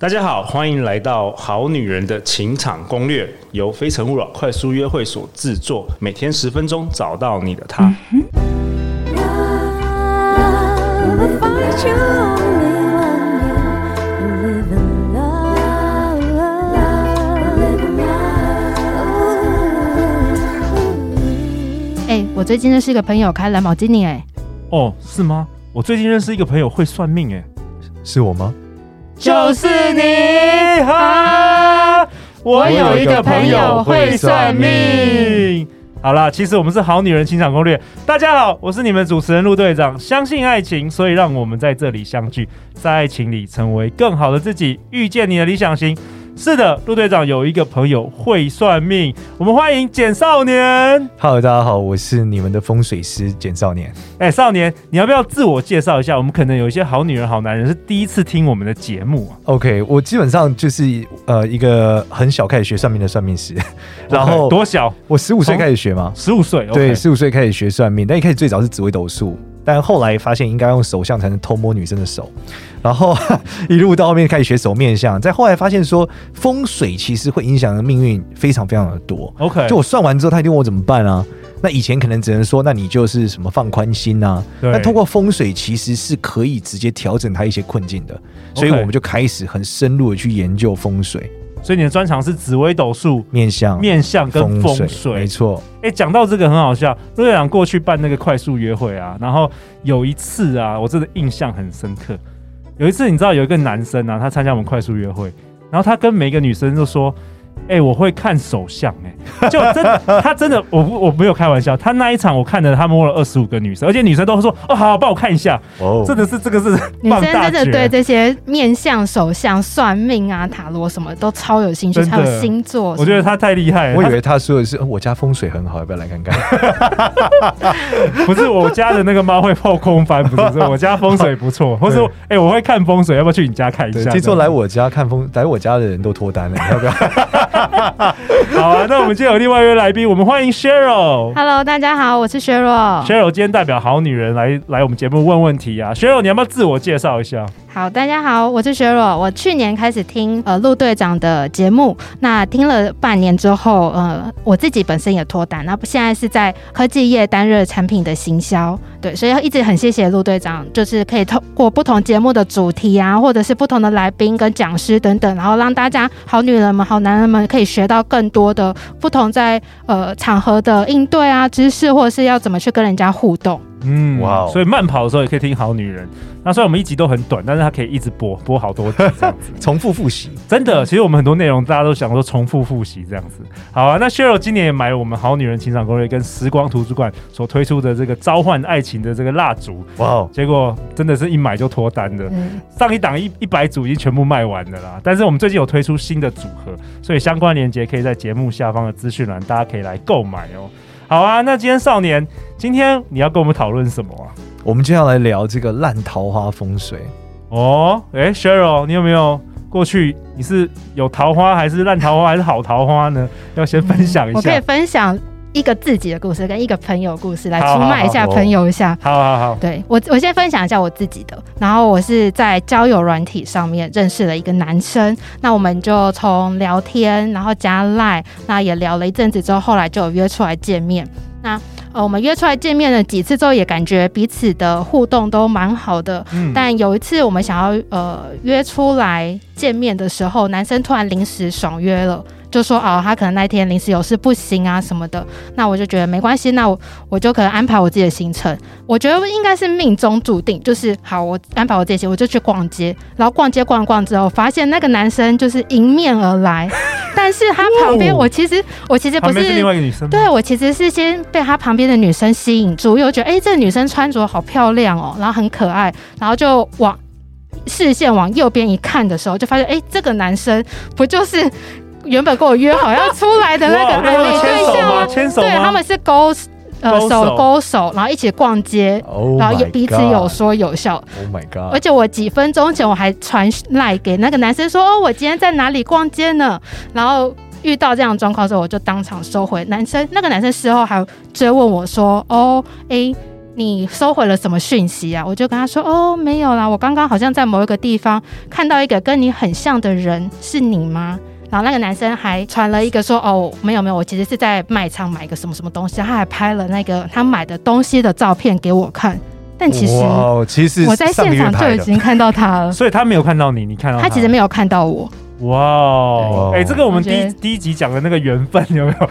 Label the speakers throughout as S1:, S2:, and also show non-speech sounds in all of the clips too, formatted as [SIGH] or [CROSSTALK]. S1: 大家好，欢迎来到《好女人的情场攻略》，由非诚勿扰快速约会所制作，每天十分钟，找到你的他。
S2: 嗯
S3: Love, if I only one you live in love, live in love.
S4: 哎、我最近认识一个朋友开兰博基尼、哎，
S2: 哦，是吗？我最近认识一个朋友会算命，哎，是我吗？
S4: 就是你
S2: 啊！我
S4: 有一个朋友会算命。
S2: 好啦，其实我们是好女人情场攻略。大家好，我是你们主持人陆队长。相信爱情，所以让我们在这里相聚，在爱情里成为更好的自己，遇见你的理想型。是的，陆队长有一个朋友会算命，我们欢迎简少年。
S5: Hello，大家好，我是你们的风水师简少年。
S2: 哎，少年，你要不要自我介绍一下？我们可能有一些好女人、好男人是第一次听我们的节目啊。
S5: OK，我基本上就是呃一个很小开始学算命的算命师，然
S2: OK，
S5: 后
S2: 多小？
S5: 我十五岁
S2: 从
S5: 开始学嘛，
S2: 十五岁，
S5: 对，
S2: OK
S5: 十五岁开始学算命，但一开始最早是紫微斗数，但后来发现应该用手相才能偷摸女生的手，然后 [LAUGHS] 一路到后面开始学手面相，再后来发现说风水其实会影响命运非常非常的多。
S2: OK，
S5: 就我算完之后，他一定问我怎么办啊？那以前可能只能说，那你就是什么放宽心啊。
S2: 对
S5: 那通过风水其实是可以直接调整他一些困境的，所以
S2: OK
S5: 我们就开始很深入的去研究风水、
S2: 所以你的专长是紫微斗数、
S5: 面相、
S2: 面相跟风水
S5: 没。错。
S2: 哎，讲到这个很好笑，陆队长过去办那个快速约会啊，然后有一次啊，我真的印象很深刻。有一次，你知道有一个男生啊，他参加我们快速约会，然后他跟每一个女生都说：“哎、我会看手相。”哎，就真的， [LAUGHS] 他真的，我不我没有开玩笑，他那一场我看了他摸了二十五个女生，而且女生都说：“哦，好，帮我看一下。”
S5: 哦
S2: 真的是这个是
S4: 女
S2: 放
S4: 生
S2: 大
S4: 真的
S2: 绝
S4: 对这些面相、手相、算命啊、塔罗什么都超有兴趣，
S2: 真的
S4: 还有星座。
S2: 我觉得他太厉害了。
S5: 我
S2: 哎他
S5: 以为他说的是、呃我家风水很好，要不要来看看？
S2: [LAUGHS] 不是我家的那个猫会破空翻，不是，是我家风水不错，或是
S5: 对
S2: 哎、诶我会看风水，要不要去你家看一
S5: 对，
S2: 下？
S5: 听说来我家看风，来我家的人都脱单了，
S2: [LAUGHS]
S5: 要不要？
S2: 好啊，那我们今天有另外一位来宾，我们欢迎 Cheryl。
S4: Hello，大家好，我是薛若。
S2: Cheryl 今天代表好女人来来我们节目问问题啊，Cheryl 你要不要自我介绍一下？
S4: 好，大家好，我是薛若。我去年开始听呃陆队长的节目，那听了半年之后，呃，我自己本身也脱单，那现在是在科技业担任产品的行销，对，所以要一直很谢谢陆队长，就是可以透过不同节目的主题啊，或者是不同的来宾跟讲师等等，然后让大家好女人们、好男人们可以学到更多的不同在呃场合的应对啊知识，或者是要怎么去跟人家互动。
S2: 嗯，
S5: 哇哦
S2: 所以慢跑的时候也可以听好女人。那虽然我们一集都很短，但是它可以一直播播好多集这样
S5: [LAUGHS]
S2: 子。
S5: 重复复习，
S2: 真的，其实我们很多内容大家都想说重复复习这样子。好啊，那 Cheryl 今年也买了我们好女人情场攻略跟时光图书馆所推出的这个召唤爱情的这个蜡烛，
S5: 哇哦！
S2: 结果真的是一买就脱单的。
S4: 嗯，
S2: 上一档一一百组已经全部卖完了啦，但是我们最近有推出新的组合，所以相关链接可以在节目下方的资讯栏，大家可以来购买哦。好啊，那今天少年，今天你要跟我们讨论什么啊？
S5: 我们接下来聊这个烂桃花风水。
S2: 哦，诶 s h e r y l 你有没有过去你是有桃花还是烂桃花还是好桃花呢？要先 [LAUGHS] 分享一
S4: 嗯我可以
S2: 下。
S4: 分享一个自己的故事跟一个朋友故事来
S2: 好
S4: 出卖一下
S5: 好好
S4: 朋友一下。
S2: 好好好，
S4: 对我，我先分享一下我自己的。然后我是在交友软体上面认识了一个男生，那我们就从聊天，然后加赖，那也聊了一阵子之后，后来就有约出来见面。那呃，我们约出来见面了几次之后，也感觉彼此的互动都蛮好的。
S2: 嗯，
S4: 但有一次我们想要呃约出来见面的时候，男生突然临时爽约了，就说哦他可能那天临时有事不行啊什么的。那我就觉得没关系，那我我就可能安排我自己的行程。我觉得应该是命中注定，就是好我安排我自己的行程，我就去逛街。然后逛街逛逛之后，发现那个男生就是迎面而来，但是他旁边
S2: 哇哦
S4: 我其实我其实不
S2: 旁边是
S4: 是
S2: 另外一个女生吗，
S4: 对我其实是先被她旁边的女生吸引住，因为我觉得哎、诶这个女生穿着好漂亮哦，然后很可爱，然后就往视线往右边一看的时候，就发现哎、诶这个男生不就是原本跟我约好要出来的那个暧
S2: 哇
S4: 昧
S2: 他们
S4: 对
S2: 牵手
S4: 象
S2: 吗？
S4: 吗？
S2: 牵手吗？
S4: 对，他们是勾呃
S2: 勾手 Oh
S4: 手勾手，然后一起逛街。
S5: 哦，
S4: [LAUGHS] 然后也彼此有。说有笑，
S5: Oh my
S4: 而
S5: god！
S4: 且我几分钟前我还传赖给那个男生说，哦，我今天在哪里逛街呢？然后遇到这样的状况的时候，我就当场收回。男生那个男生事后还追问我说，哦，诶，你收回了什么讯息啊？”我就跟他说：“哦，没有啦，我刚刚好像在某一个地方看到一个跟你很像的人，是你吗？”然后那个男生还传了一个说：“哦，没有没有，我其实是在卖场买一个什么什么东西。”他还拍了那个他买的东西的照片给我看，但其实
S5: 哇哦，其实
S4: 我在
S5: 上个
S4: 现
S5: 月
S4: 场就
S5: 拍
S4: 已
S5: 的
S4: 经看到他
S5: [LAUGHS]
S4: 了，
S2: 所以他没有看到你，你看到
S4: 他其实没有看到我。
S2: 哇哦，
S5: 对
S2: 哎，这个我们
S4: 我
S2: 第
S4: 觉
S2: 一
S4: 得
S2: 第一集讲的那个缘分有没
S5: [LAUGHS]
S2: 有？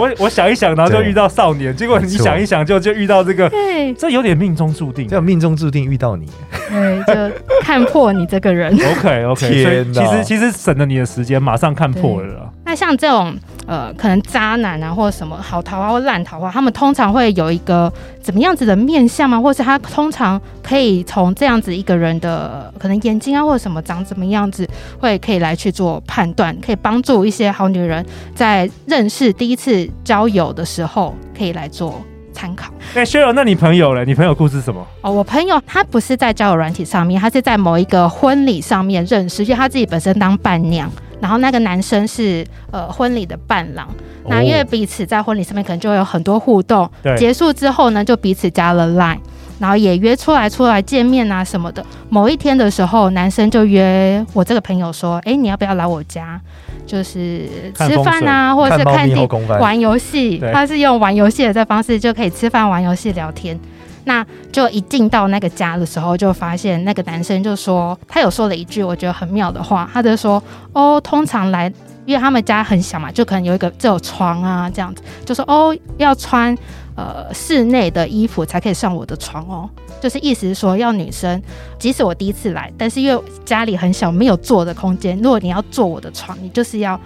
S2: 我我想一想，然后就
S5: 对
S2: 遇到少年，结果你
S5: 没错
S2: 想一想就就遇到这个，
S4: 对
S2: 这有点命中注定。
S5: 这样命中注定遇到你，
S4: 对，就看破你这个人。 [LAUGHS]
S2: OK OK，所以
S5: 天
S2: 其
S5: 哪
S2: 实其实省了你的时间，马上看破了啦。
S4: 那像这种呃，可能渣男啊，或者什么好桃花或烂桃花，他们通常会有一个怎么样子的面相吗？或是他通常可以从这样子一个人的呃可能眼睛啊，或者什么长怎么样子，会可以来去做判断，可以帮助一些好女人在认识第一次交友的时候可以来做参考。
S2: 哎，Cheryl，那你朋友嘞？你朋友故事是什么？
S4: 哦，我朋友他不是在交友软体上面，他是在某一个婚礼上面认识，因为他自己本身当伴娘，然后那个男生是呃婚礼的伴郎，那因为彼此在婚礼上面可能就会有很多互动，
S2: 哦对
S4: 结束之后呢，就彼此加了 Line。然后也约出来出来见面啊什么的。某一天的时候，男生就约我这个朋友说：“哎，你要不要来我家？就是
S2: 看
S4: 吃
S2: 风
S4: 饭
S2: 水
S4: 啊， [LAUGHS] 或者是
S5: 看猫
S4: 看
S5: 咪后
S4: 电
S5: 空翻，
S4: 玩游戏
S2: 对，
S4: 他是用玩游戏的这方式就可以吃饭、玩游戏、聊天。那就一进到那个家的时候，就发现那个男生就说，他有说了一句我觉得很妙的话，他就说：“哦，通常来，因为他们家很小嘛，就可能有一个只有床啊这样子，就说哦要穿呃室内的衣服才可以上我的床哦。”就是意思是说，要女生，即使我第一次来，但是因为家里很小，没有坐的空间，如果你要坐我的床，你就是要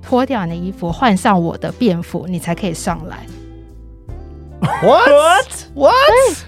S4: 脱掉你的衣服，换上我的便服，你才可以上来。
S5: What What？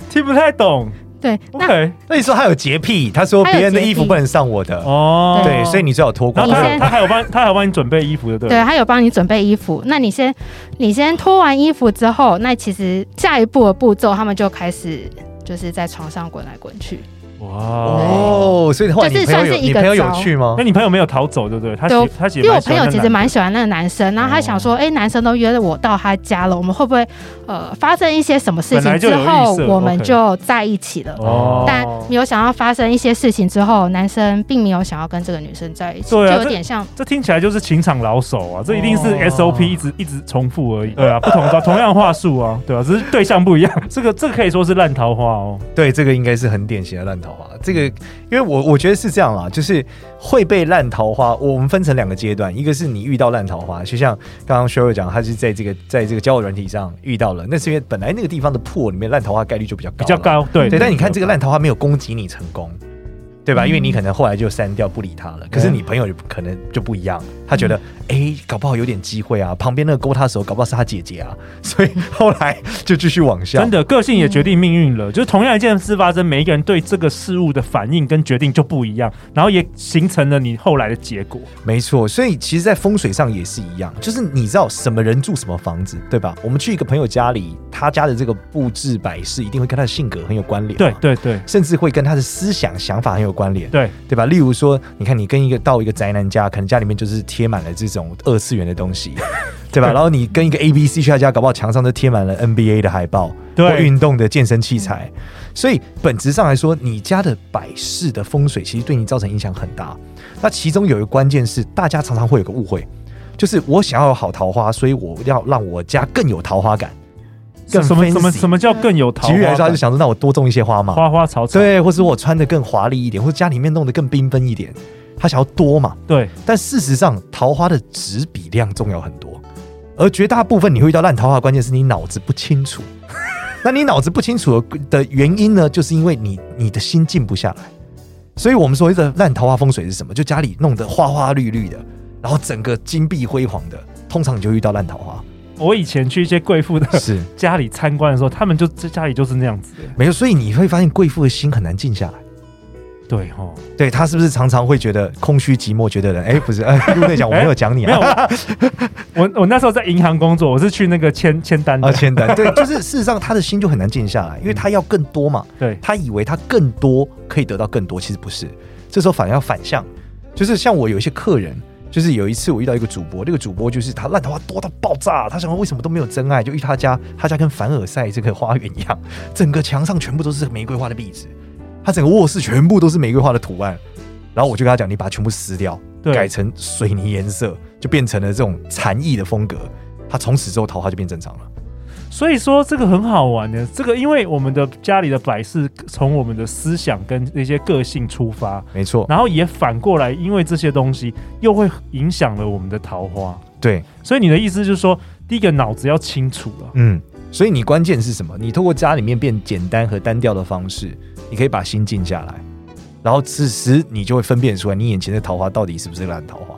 S2: 听不太懂。
S4: 对，那
S2: OK，
S5: 那你说他有洁癖，他说
S4: 他有
S5: 别人的
S4: 洁
S5: 衣服
S4: 癖
S5: 不能上我的，
S2: 哦，
S5: 对，所以你最好脱
S2: 然
S5: 光
S2: 后。他
S4: 你
S2: 有
S4: 先
S2: 他还有帮他还有帮你准备衣服的，对不
S4: 对啊
S2: 对？
S4: 他有帮你准备衣服，那你先你先脱完衣服之后，那其实下一步的步骤，他们就开始就是在床上滚来滚去。
S2: 哇哦，
S5: 哦，所以后来
S4: 就是
S5: 你朋友
S4: 算是
S5: 有
S4: 一
S5: 你
S4: 个
S5: 朋友有
S4: 招
S5: 去吗
S2: 那？你朋友没有逃走，对不对？他
S4: 对我
S2: 其他其
S4: 因为
S2: 实蛮
S4: 我
S2: 喜欢
S4: 朋友
S2: 那
S4: 其实
S2: 男的哦
S4: 蛮喜欢那个男生，然后他想说，哎、男生都约了我到他家了，我们会不会呃发生一些什么事
S2: 本来
S4: 情
S2: 就
S4: 之
S2: 有
S4: 后
S2: 预设
S4: 我们
S2: OK
S4: 就在一起了？
S2: 哦，
S4: 但没有想到发生一些事情之后，男生并没有想要跟这个女生在一起，
S2: 对啊
S4: 就有
S2: 这
S4: 点像
S2: 这听起来就是情场老手啊，这一定是
S5: 哦
S2: SOP 一直一直重复而已。对啊，不同的同样话术啊，对啊，只是对象不一样。 [LAUGHS] 这个这个可以说是烂桃花哦。
S5: 对，这个应该是很典型的烂桃花。这个，因为我我觉得是这样啦，就是会被烂桃花。我我们分成两个阶段，一个是你遇到烂桃花，就像刚刚 Sheryl 讲，他是在这个在这个交友软体上遇到了，那是因为本来那个地方的破里面烂桃花概率就比较高，
S2: 比较。高，对
S5: 对，但你看这个烂桃花没有攻击你成功，对吧？因为你可能后来就删掉不理他了，可是你朋友可能就不一样，他觉得哎，搞不好有点机会啊，旁边那个勾他的手，搞不好是他姐姐啊， [LAUGHS] 所以后来就继续往下
S2: 真。的个性也决定命运了。就是同样一件事发生，每一个人对这个事物的反应跟决定就不一样，然后也形成了你后来的结果。
S5: 没错，所以其实，在风水上也是一样，就是你知道什么人住什么房子，对吧？我们去一个朋友家里，他家的这个布置摆饰一定会跟他的性格很有关联，
S2: 对，对对
S5: 甚至会跟他的思想想法很有关联，
S2: 对，
S5: 对吧？例如说，你看你跟一个到一个宅男家，可能家里面就是贴满了这种二次元的东
S2: [LAUGHS]
S5: 西，对吧？然后你跟一个 A B C 去他家，搞不好墙上都贴满了 N B A 的海报，
S2: 对
S5: 或运动的健身器材。所以本质上来说，你家的摆饰的风水其实对你造成影响很大。那其中有一个关键是，大家常常会有个误会，就是我想要有好桃花，所以我要让我家更有桃花感。更
S2: 什么什么
S5: fancy
S2: 什么叫更有桃
S5: 举
S2: 花
S5: 例来说，他
S2: 感
S5: 就？想说，那我多种一些花嘛，
S2: 花花草草，
S5: 对，或是我穿的更华丽一点，或者家里面弄得更缤纷一点，他想要多嘛。
S2: 对
S5: 但事实上，桃花的值比量重要很多，而绝大部分你会遇到烂桃花，关键是你脑子不清楚。那你脑子不清楚的呃原因呢，就是因为你你的心静不下来。所以我们所谓的烂桃花风水是什么？就家里弄得花花绿绿的，然后整个金碧辉煌的，通常你就遇到烂桃花。
S2: 我以前去一些贵妇的 [LAUGHS]
S5: 是，
S2: 家里参观的时候，他们就这家里就是那样子。
S5: 没有，所以你会发现贵妇的心很难静下来。
S2: 对哦，
S5: 对他是不是常常会觉得空虚寂寞，觉得人哎不是哎，陆队长我没有讲你
S2: 没有
S5: 啊，
S2: 我我那时候在银行工作，我是去那个签签单的
S5: 啊，签单 [LAUGHS] 对，就是事实上他的心就很难静下来，因为他要更多嘛，
S2: 对
S5: 他以为他更多可以得到更多，其实不是，这时候反而要反向，就是像我有一些客人。就是有一次我遇到一个主播，那个主播就是他烂桃花多到爆炸，他想问为什么都没有真爱，就遇他家，他家跟凡尔赛这个花园一样，整个墙上全部都是玫瑰花的壁纸，他整个卧室全部都是玫瑰花的图案。然后我就跟他讲，你把它全部撕掉，
S2: 对
S5: 改成水泥颜色，就变成了这种禅意的风格。他从此之后桃花就变正常了。
S2: 所以说这个很好玩的，这个因为我们的家里的摆饰从我们的思想跟那些个性出发，
S5: 没错，
S2: 然后也反过来，因为这些东西又会影响了我们的桃花。
S5: 对，
S2: 所以你的意思就是说，第一个脑子要清楚了。
S5: 嗯，所以你关键是什么？你透过家里面变简单和单调的方式，你可以把心静下来，然后此时你就会分辨出来，你眼前的桃花到底是不是烂桃花。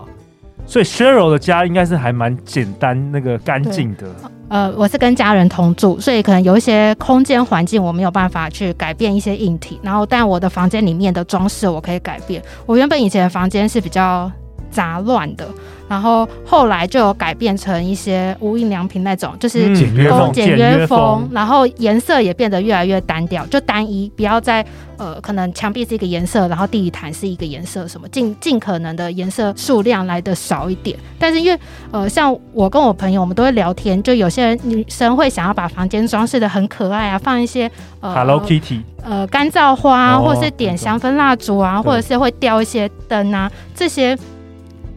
S2: 所以 Cheryl 的家应该是还蛮简单、那个干净的。
S4: 呃，我是跟家人同住，所以可能有一些空间环境我没有办法去改变一些硬体，然后但我的房间里面的装饰我可以改变。我原本以前的房间是比较杂乱的，然后后来就有改变成一些无印良品那种，就是
S2: 嗯
S5: 简约
S4: 都
S5: 风
S4: 哦简约风，，然后颜色也变得越来越单调，就单一，不要再呃，可能墙壁是一个颜色，然后地毯是一个颜色，什么尽尽可能的颜色数量来的少一点。但是因为呃，像我跟我朋友，我们都会聊天，就有些人女生会想要把房间装饰的很可爱啊，放一些呃
S2: Hello Kitty，
S4: 呃干燥花、啊，
S2: 哦
S4: 或是点香氛蜡烛啊，或者是会吊一些灯啊，这些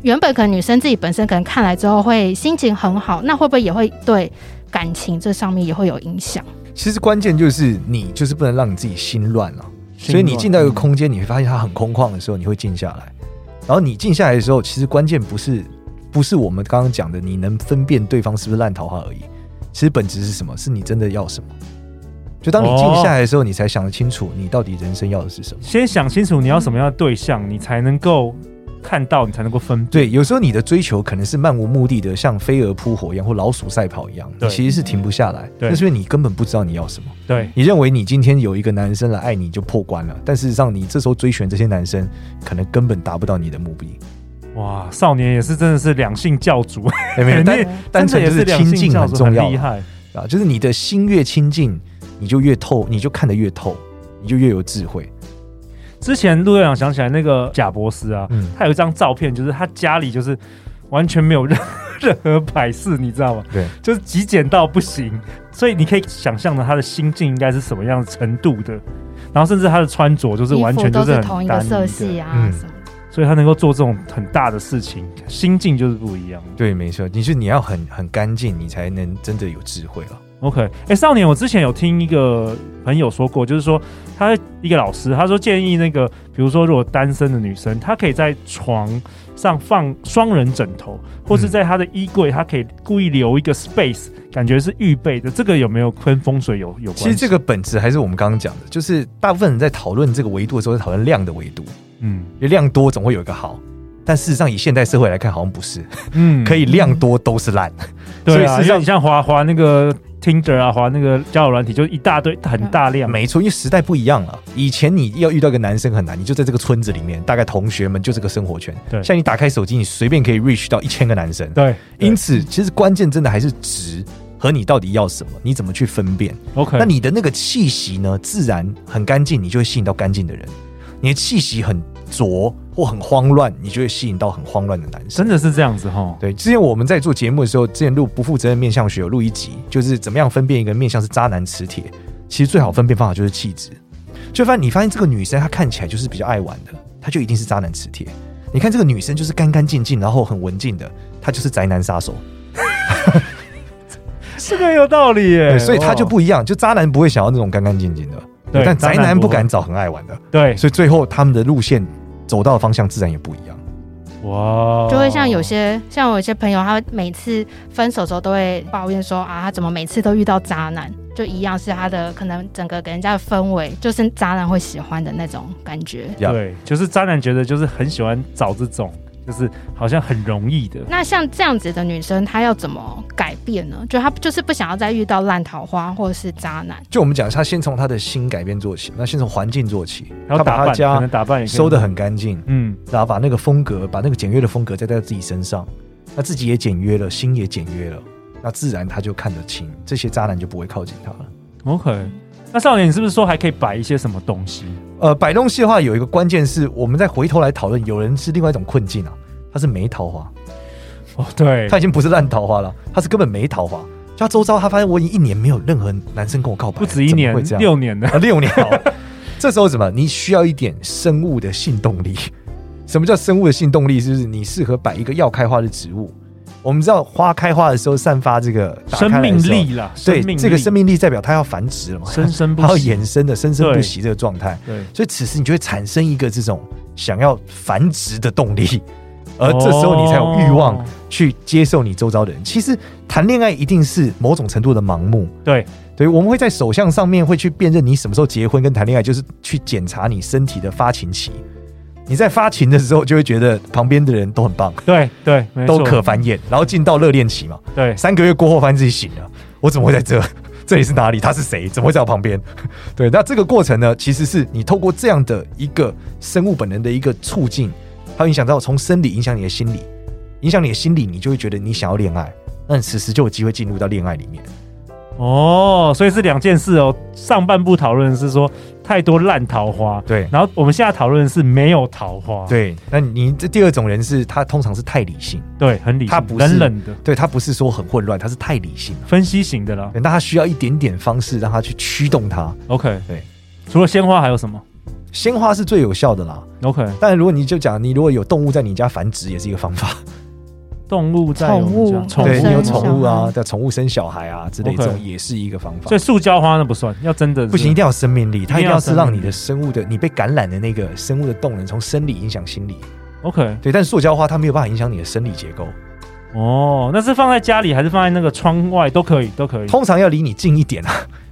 S4: 原本可能女生自己本身可能看来之后会心情很好，那会不会也会对感情这上面也会有影响？
S5: 其实关键就是你就是不能让你自己心乱了、所以你进到一个空间，你会发现它很空旷的时候，你会静下来。然后你静下来的时候，其实关键不是不是我们刚刚讲的你能分辨对方是不是烂桃花而已，其实本质是什么？是你真的要什么？就当你静下来的时候，你才想得清楚你到底人生要的是什么。
S2: 先想清楚你要什么样的对象，你才能够看到，你才能够分辨。
S5: 对，有时候你的追求可能是漫无目的的，像飞蛾扑火一样，或老鼠赛跑一样，你
S2: 对
S5: 其实是停不下来。
S2: 对
S5: 那是因为你根本不知道你要什么。
S2: 对，
S5: 你认为你今天有一个男生来爱你就破关了，但事实上你这时候追寻这些男生，可能根本达不到你的目
S2: [LAUGHS]
S5: 的。
S2: 哇，少年也是真的是两性教主，
S5: 有嗯没有？
S2: [LAUGHS] 那
S5: 单单
S2: 真的也
S5: 纯就是
S2: 两
S5: 亲
S2: 性
S5: 近
S2: 教
S5: 很
S2: 主
S5: 重
S2: 很
S5: 要
S2: 厉害。
S5: 啊，就是你的心越亲近，你就越透，你就看得越透，你就越有智慧。
S2: 之前陆队长想起来那个贾博士啊，
S5: 嗯，
S2: 他有一张照片，就是他家里就是完全没有任任何摆饰，你知道吗？ [LAUGHS]
S5: 对，
S2: 就是极简到不行。所以你可以想象的他的心境应该是什么样程度的，然后甚至他的穿着就是
S4: 衣
S2: 完
S4: 服
S2: 全就
S4: 都
S2: 是很
S4: 同一个
S2: 单一
S4: 色
S2: 的
S4: 系啊
S5: 嗯
S4: 什么的。
S2: 所以他能够做这种很大的事情，心境就是不一样。
S5: 对，没错，你是你要很很干净，你才能真的有智慧了。
S2: OK，哎、少年，我之前有听一个朋友说过，就是说他一个老师，他说建议那个，比如说如果单身的女生，她可以在床上放双人枕头，或是
S5: 嗯
S2: 在她的衣柜，她可以故意留一个 space，感觉是预备的。这个有没有跟风水有有关系？
S5: 其实这个本质还是我们刚刚讲的，就是大部分人在讨论这个维度的时候，在讨论量的维度，
S2: 嗯
S5: 因为量多总会有一个好。但事实上，以现代社会来看，好像不是，
S2: 嗯
S5: 可
S2: 以
S5: 以量多都是烂。
S2: 对
S5: 所以
S2: 啊，
S5: 事实
S2: 因
S5: 上
S2: 为你像滑滑那个 Tinder 啊，滑那个交友软体，就一大堆很大量，
S5: 没错，因为时代不一样了。以前你要遇到一个男生很难，你就在这个村子里面，大概同学们就这个生活圈。
S2: 对
S5: 像你打开手机，你随便可以 reach 到一千个男生。
S2: 对，
S5: 因
S2: 因
S5: 此，其实关键真的还是值和你到底要什么，你怎么去分辨。
S2: OK，
S5: 那你的那个气息呢，自然很干净，你就会吸引到干净的人；你的气息很浊或很慌乱，你就会吸引到很慌乱的男生
S2: 真。的是这样子哈。
S5: 对，之前我们在做节目的时候，之前录不负责任面相学有录一集，就是怎么样分辨一个面相是渣男磁铁。其实最好分辨方法就是气质。就发现你发现这个女生她看起来就是比较爱玩的，她就一定是渣男磁铁。你看这个女生就是干干净净，然后很文静的，她就是宅男杀手。
S2: 这个有道理耶，
S5: 对，所以他就
S2: 哇
S5: 不一样，就渣男不会想要那种干干净净的，
S2: 对
S5: 但宅
S2: 渣男
S5: 男
S2: 不
S5: 不
S2: 会
S5: 敢找很爱玩的，
S2: 对
S5: 所以最后他们的路线走到的方向自然也不一样。
S2: 哇，
S4: 就会像有些像我有些朋友，他每次分手之后都会抱怨说啊，他怎么每次都遇到渣男，就一样是他的可能整个给人家的氛围就是渣男会喜欢的那种感觉。
S5: Yeah
S2: 对，就是渣男觉得就是很喜欢找这种，就是好像很容易的。
S4: 那像这样子的女生，她要怎么改变呢？就她就是不想要再遇到烂桃花或者是渣男，
S5: 就我们讲，他先从他的心改变做起，那先从环境做起，
S2: 然后
S5: 他
S2: 打
S5: 把他
S2: 扮，可能
S5: 家
S2: 打扮也可以
S5: 收的，很干净，
S2: 嗯，
S5: 然后把那个风格，把那个简约的风格再带到自己身上，那自己也简约了，心也简约了，那自然他就看得清，这些渣男就不会靠近他了。
S2: OK，那少年，你是不是说还可以摆一些什么东西？
S5: 呃，摆东西的话，有一个关键是，我们再回头来讨论，有人是另外一种困境啊，它是没桃花，
S2: 哦，对
S5: 它，已经不是烂桃花了，它是根本没桃花。就他周遭，他发现我已经一年没有任何男生跟我告白
S2: 不
S5: 了，
S2: 止一
S5: 怎么
S2: 年
S5: 会这，样
S2: 六年的，
S5: [LAUGHS] 啊，六年好了。这时候怎么？你需要一点生物的性动力。什么叫生物的性动力？就是你适合摆一个要开花的植物。我们知道花开花的时候散发这个打开
S2: 生
S5: 来
S2: 命
S5: 的时候
S2: 力啦，
S5: 对
S2: 生命力
S5: 这个生命力代表它要繁殖了嘛，
S2: 生生不
S5: 它要
S2: 息
S5: 衍生的生生不
S2: 对
S5: 息这个状态。
S2: 对，
S5: 所以此时你就会产生一个这种想要繁殖的动力，而这时候你才有欲望
S2: 哦
S5: 去接受你周遭的人。其实谈恋爱一定是某种程度的盲目，
S2: 对，
S5: 对，我们会在手相上面会去辨认你什么时候结婚跟谈恋爱，就是去检查你身体的发情期。你在发情的时候，就会觉得旁边的人都很棒，
S2: 对对，没
S5: 都
S2: 错
S5: 可繁衍，然后进到热恋期嘛，
S2: 对，
S5: 三个月过后发现自己醒了，我怎么会在这？这里是哪里？他是谁？怎么会在我旁边？对，那这个过程呢，其实是你透过这样的一个生物本能的一个促进，它会影响到从生理影响你的心理，影响你的心理，你就会觉得你想要恋爱，那你此时就有机会进入到恋爱里面。
S2: 哦，所以是两件事哦。上半部讨论的是说太多烂桃花，
S5: 对
S2: 然后我们现在讨论的是没有桃花，
S5: 对，那你这第二种人是他通常是太理性，
S2: 对，很理性，
S5: 他不是
S2: 冷冷的
S5: 对他不是说很混乱，他是太理性了。
S2: 分析型的啦。
S5: 对那他需要一点点方式让他去驱动他。
S2: OK，
S5: 对，
S2: 除了鲜花还有什么
S5: 鲜花是最有效的啦，
S2: ？OK，
S5: 但如果你就讲你如果有动物在你家繁殖，也是一个方法。
S2: 动物在
S4: 宠
S2: 我们家
S4: 物
S2: 宠
S5: 对，
S2: 物
S5: 你有
S4: 生
S5: 宠物
S4: 小
S5: 啊
S4: 孩，
S5: 对，宠物生小孩啊之类，
S2: OK
S5: 这种也是一个方法
S2: 所以。塑胶花那不算，要真的是
S5: 不行，一定要有生命力，它一定要是让你
S2: 一定要
S5: 的
S2: 有
S5: 生物的，你被感染的那个生物的动能从生理影响心理。
S2: OK，
S5: 对，但是塑胶花它没有办法影响你的生理结构，
S2: 哦，那是放在家里还是放在那个窗外都可以，都可以。
S5: 通常要离你近一点啊，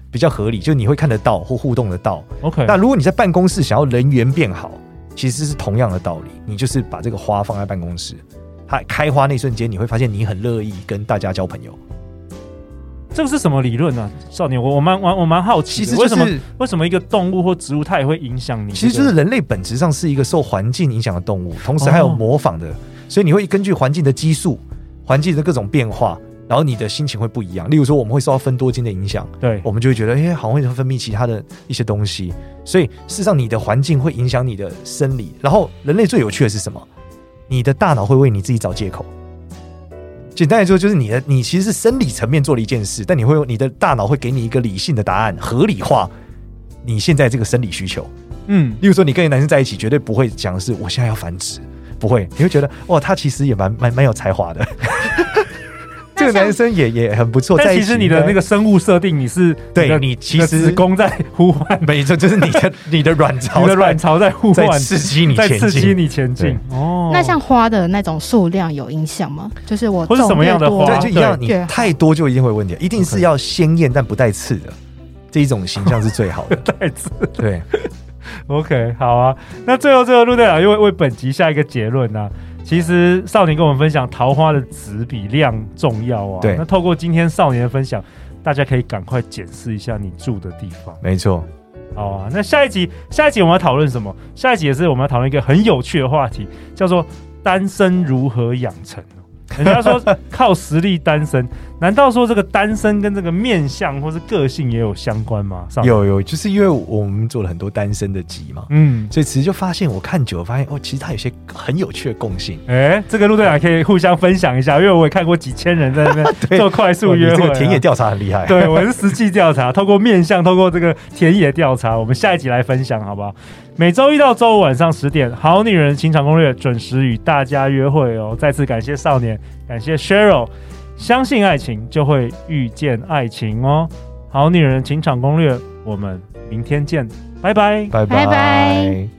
S5: 比较合理，就你会看得到或互动得到。
S2: OK，
S5: 那如果你在办公室想要人缘变好，其实是同样的道理，你就是把这个花放在办公室，它开花那瞬间，你会发现你很乐意跟大家交朋友。
S2: 这个是什么理论呢、啊？少年，我我蛮我我蛮好奇
S5: 其
S2: 的，
S5: 实就
S2: 为什么
S5: 是，
S2: 为什么一个动物或植物它也会影响你这
S5: 其
S2: 个？
S5: 实就是人类本质上是一个受环境影响的动物，同时还有
S2: 哦
S5: 模仿的，所以你会根据环境的激素、环境的各种变化，然后你的心情会不一样。例如说，我们会受到分多精的影响，
S2: 对
S5: 我们就会觉得，哎、好像会分泌其他的一些东西。所以，事实上，你的环境会影响你的生理。然后，人类最有趣的是什么？你的大脑会为你自己找借口。简单来说，就是你的你其实是生理层面做了一件事，但你会用你的大脑会给你一个理性的答案，合理化你现在这个生理需求。
S2: 嗯，
S5: 例如说，你跟一个男生在一起，绝对不会讲的是我现在要繁殖，不会，你会觉得哇，他其实也蛮蛮蛮有才华的。 [LAUGHS] 这个男生也也很不错，在
S2: 但
S5: 一起
S2: 其实你的那个生物设定，你是
S5: 对
S2: 你的
S5: 你其
S2: 的
S5: 实
S2: 子宫在呼唤，
S5: [LAUGHS] 没错，就是你的你的卵巢，
S2: 你的卵巢在呼
S5: 在
S2: 唤，
S5: 刺激你
S2: 在
S5: 前
S2: 刺激
S5: 进。
S2: 你前进。哦，
S4: 那像花的那种数量有影响吗？就是我
S2: 或是什么样的
S4: 种越多
S2: 花
S5: 对，就一样，
S2: 对
S5: 你
S4: 对
S5: 太多就一定会有问题，一定
S2: OK
S5: 是要鲜艳但不带刺的这一种形象是最好
S2: [LAUGHS]
S5: 的。
S2: 再次
S5: 对，
S2: OK，好啊。那最后最后，陆队长又为为本集下一个结论呢、其实少年跟我们分享桃花的值比量重要啊。
S5: 对
S2: 那透过今天少年的分享，大家可以赶快检视一下你住的地方。
S5: 没错，
S2: 好啊，那下一集下一集我们要讨论什么？下一集也是我们要讨论一个很有趣的话题，叫做单身如何养成哦。人家说靠实力单身， [LAUGHS] 难道说这个单身跟这个面相或是个性也有相关吗？少年，
S5: 有有，就是因为我们做了很多单身的集嘛，
S2: 嗯，
S5: 所以其实就发现，我看久了发现，哦，其实它有些很有趣的共性。
S2: 哎、这个陆队长可以互相分享一下，因为我也看过几千人在那边
S5: [LAUGHS] 对
S2: 做快速
S5: 哇你
S2: 约
S5: 这
S2: 会、啊
S5: 个田野。调查很厉害。
S2: 对，我是实际调查，透过面相，透过这个田野调查，我们下一集来分享，好不好？每周一到周五晚上十点，《好女人情场攻略》准时与大家约会哦。再次感谢少年，感谢 Cheryl，相信爱情就会遇见爱情哦。《好女人情场攻略》，我们明天见，拜拜。
S5: 拜
S4: 拜拜